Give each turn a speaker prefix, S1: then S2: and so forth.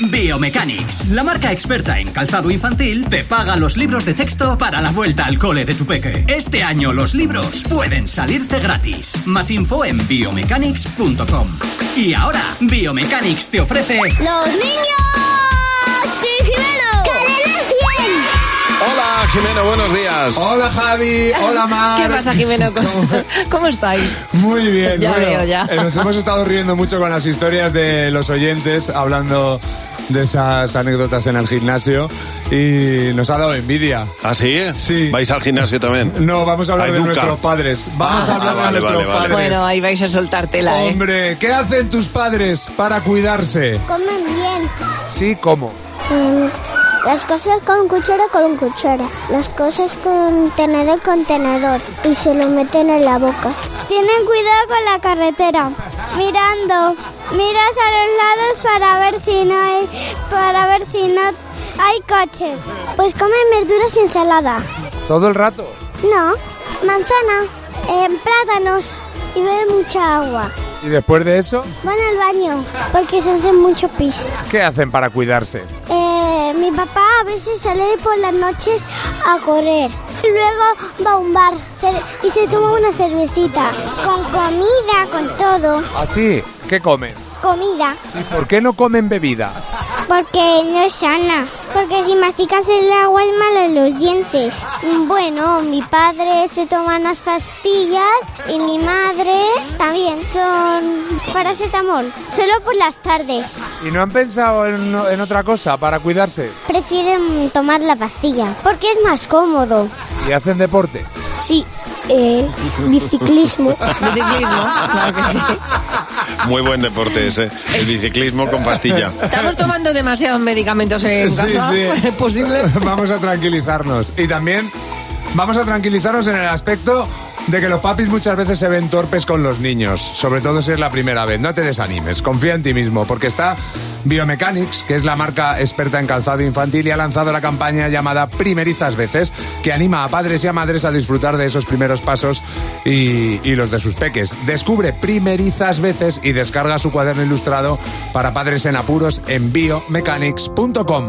S1: Biomechanics, la marca experta en calzado infantil, te paga los libros de texto para la vuelta al cole de tu peque. Este año los libros pueden salirte gratis. Más info en biomechanics.com. Y ahora, Biomechanics te ofrece...
S2: ¡Los niños! ¡Sí, Jimeno!
S3: Hola, Jimeno, buenos días.
S4: Hola Javi, hola Mar.
S5: ¿Qué pasa, Jimeno? ¿Cómo, cómo estáis?
S4: Muy bien,
S5: Ya
S4: bueno,
S5: veo, ya.
S4: eh, nos hemos estado riendo mucho con las historias de los oyentes hablando de esas anécdotas en el gimnasio y nos ha dado envidia.
S3: ¿Ah, sí?
S4: Sí.
S3: ¿Vais al gimnasio también?
S4: No, vamos a hablar
S3: Ay,
S4: de
S3: Duca.
S4: nuestros padres. Vamos
S3: Ah,
S4: a hablar
S3: vale,
S4: de nuestros
S3: vale, vale.
S4: padres.
S5: Bueno, ahí vais a soltar tela, ¿eh?
S4: Hombre, ¿qué hacen tus padres para cuidarse?
S2: Comen bien.
S4: Sí, ¿cómo?
S2: Mm, Las cosas con cuchara, con cuchara. Las cosas con tenedor, con tenedor. Y se lo meten en la boca. Tienen cuidado con la carretera. Mirando. Miras a los lados para ver si no hay, para ver si no hay coches. Pues comen verduras y ensalada.
S4: Todo el rato.
S2: No, manzana, eh, plátanos y beben mucha agua.
S4: ¿Y después de eso?
S2: Van al baño porque se hace mucho pis.
S4: ¿Qué hacen para cuidarse?
S2: Eh, mi papá a veces sale por las noches a correr. Y Luego va a un bar se- y se toma una cervecita. Con comida, con todo.
S4: ¿Así? ¿Qué comen?
S2: Comida.
S4: ¿Y por qué no comen bebida?
S2: Porque no es sana. Porque si masticas el agua es malo en los dientes. Bueno, mi padre se toma unas pastillas y mi madre también son paracetamol. Solo por las tardes.
S4: ¿Y no han pensado en, en otra cosa para cuidarse?
S2: Prefieren tomar la pastilla porque es más cómodo.
S4: ¿Y hacen deporte?
S2: Sí, eh, biciclismo.
S5: De ciclismo, claro que sí.
S3: Muy buen deporte ese. El biciclismo con pastilla.
S5: Estamos tomando demasiados medicamentos en
S4: Sí,
S5: casa.
S4: sí.
S5: ¿Es posible?
S4: Vamos a tranquilizarnos. Y también vamos a tranquilizarnos en el aspecto de que los papis muchas veces se ven torpes con los niños, sobre todo si es la primera vez. No te desanimes, confía en ti mismo, porque está Biomechanics, que es la marca experta en calzado infantil, y ha lanzado la campaña llamada Primerizas Veces, que anima a padres y a madres a disfrutar de esos primeros pasos y, y los de sus peques. Descubre Primerizas Veces y descarga su cuaderno ilustrado para padres en apuros en biomechanics.com.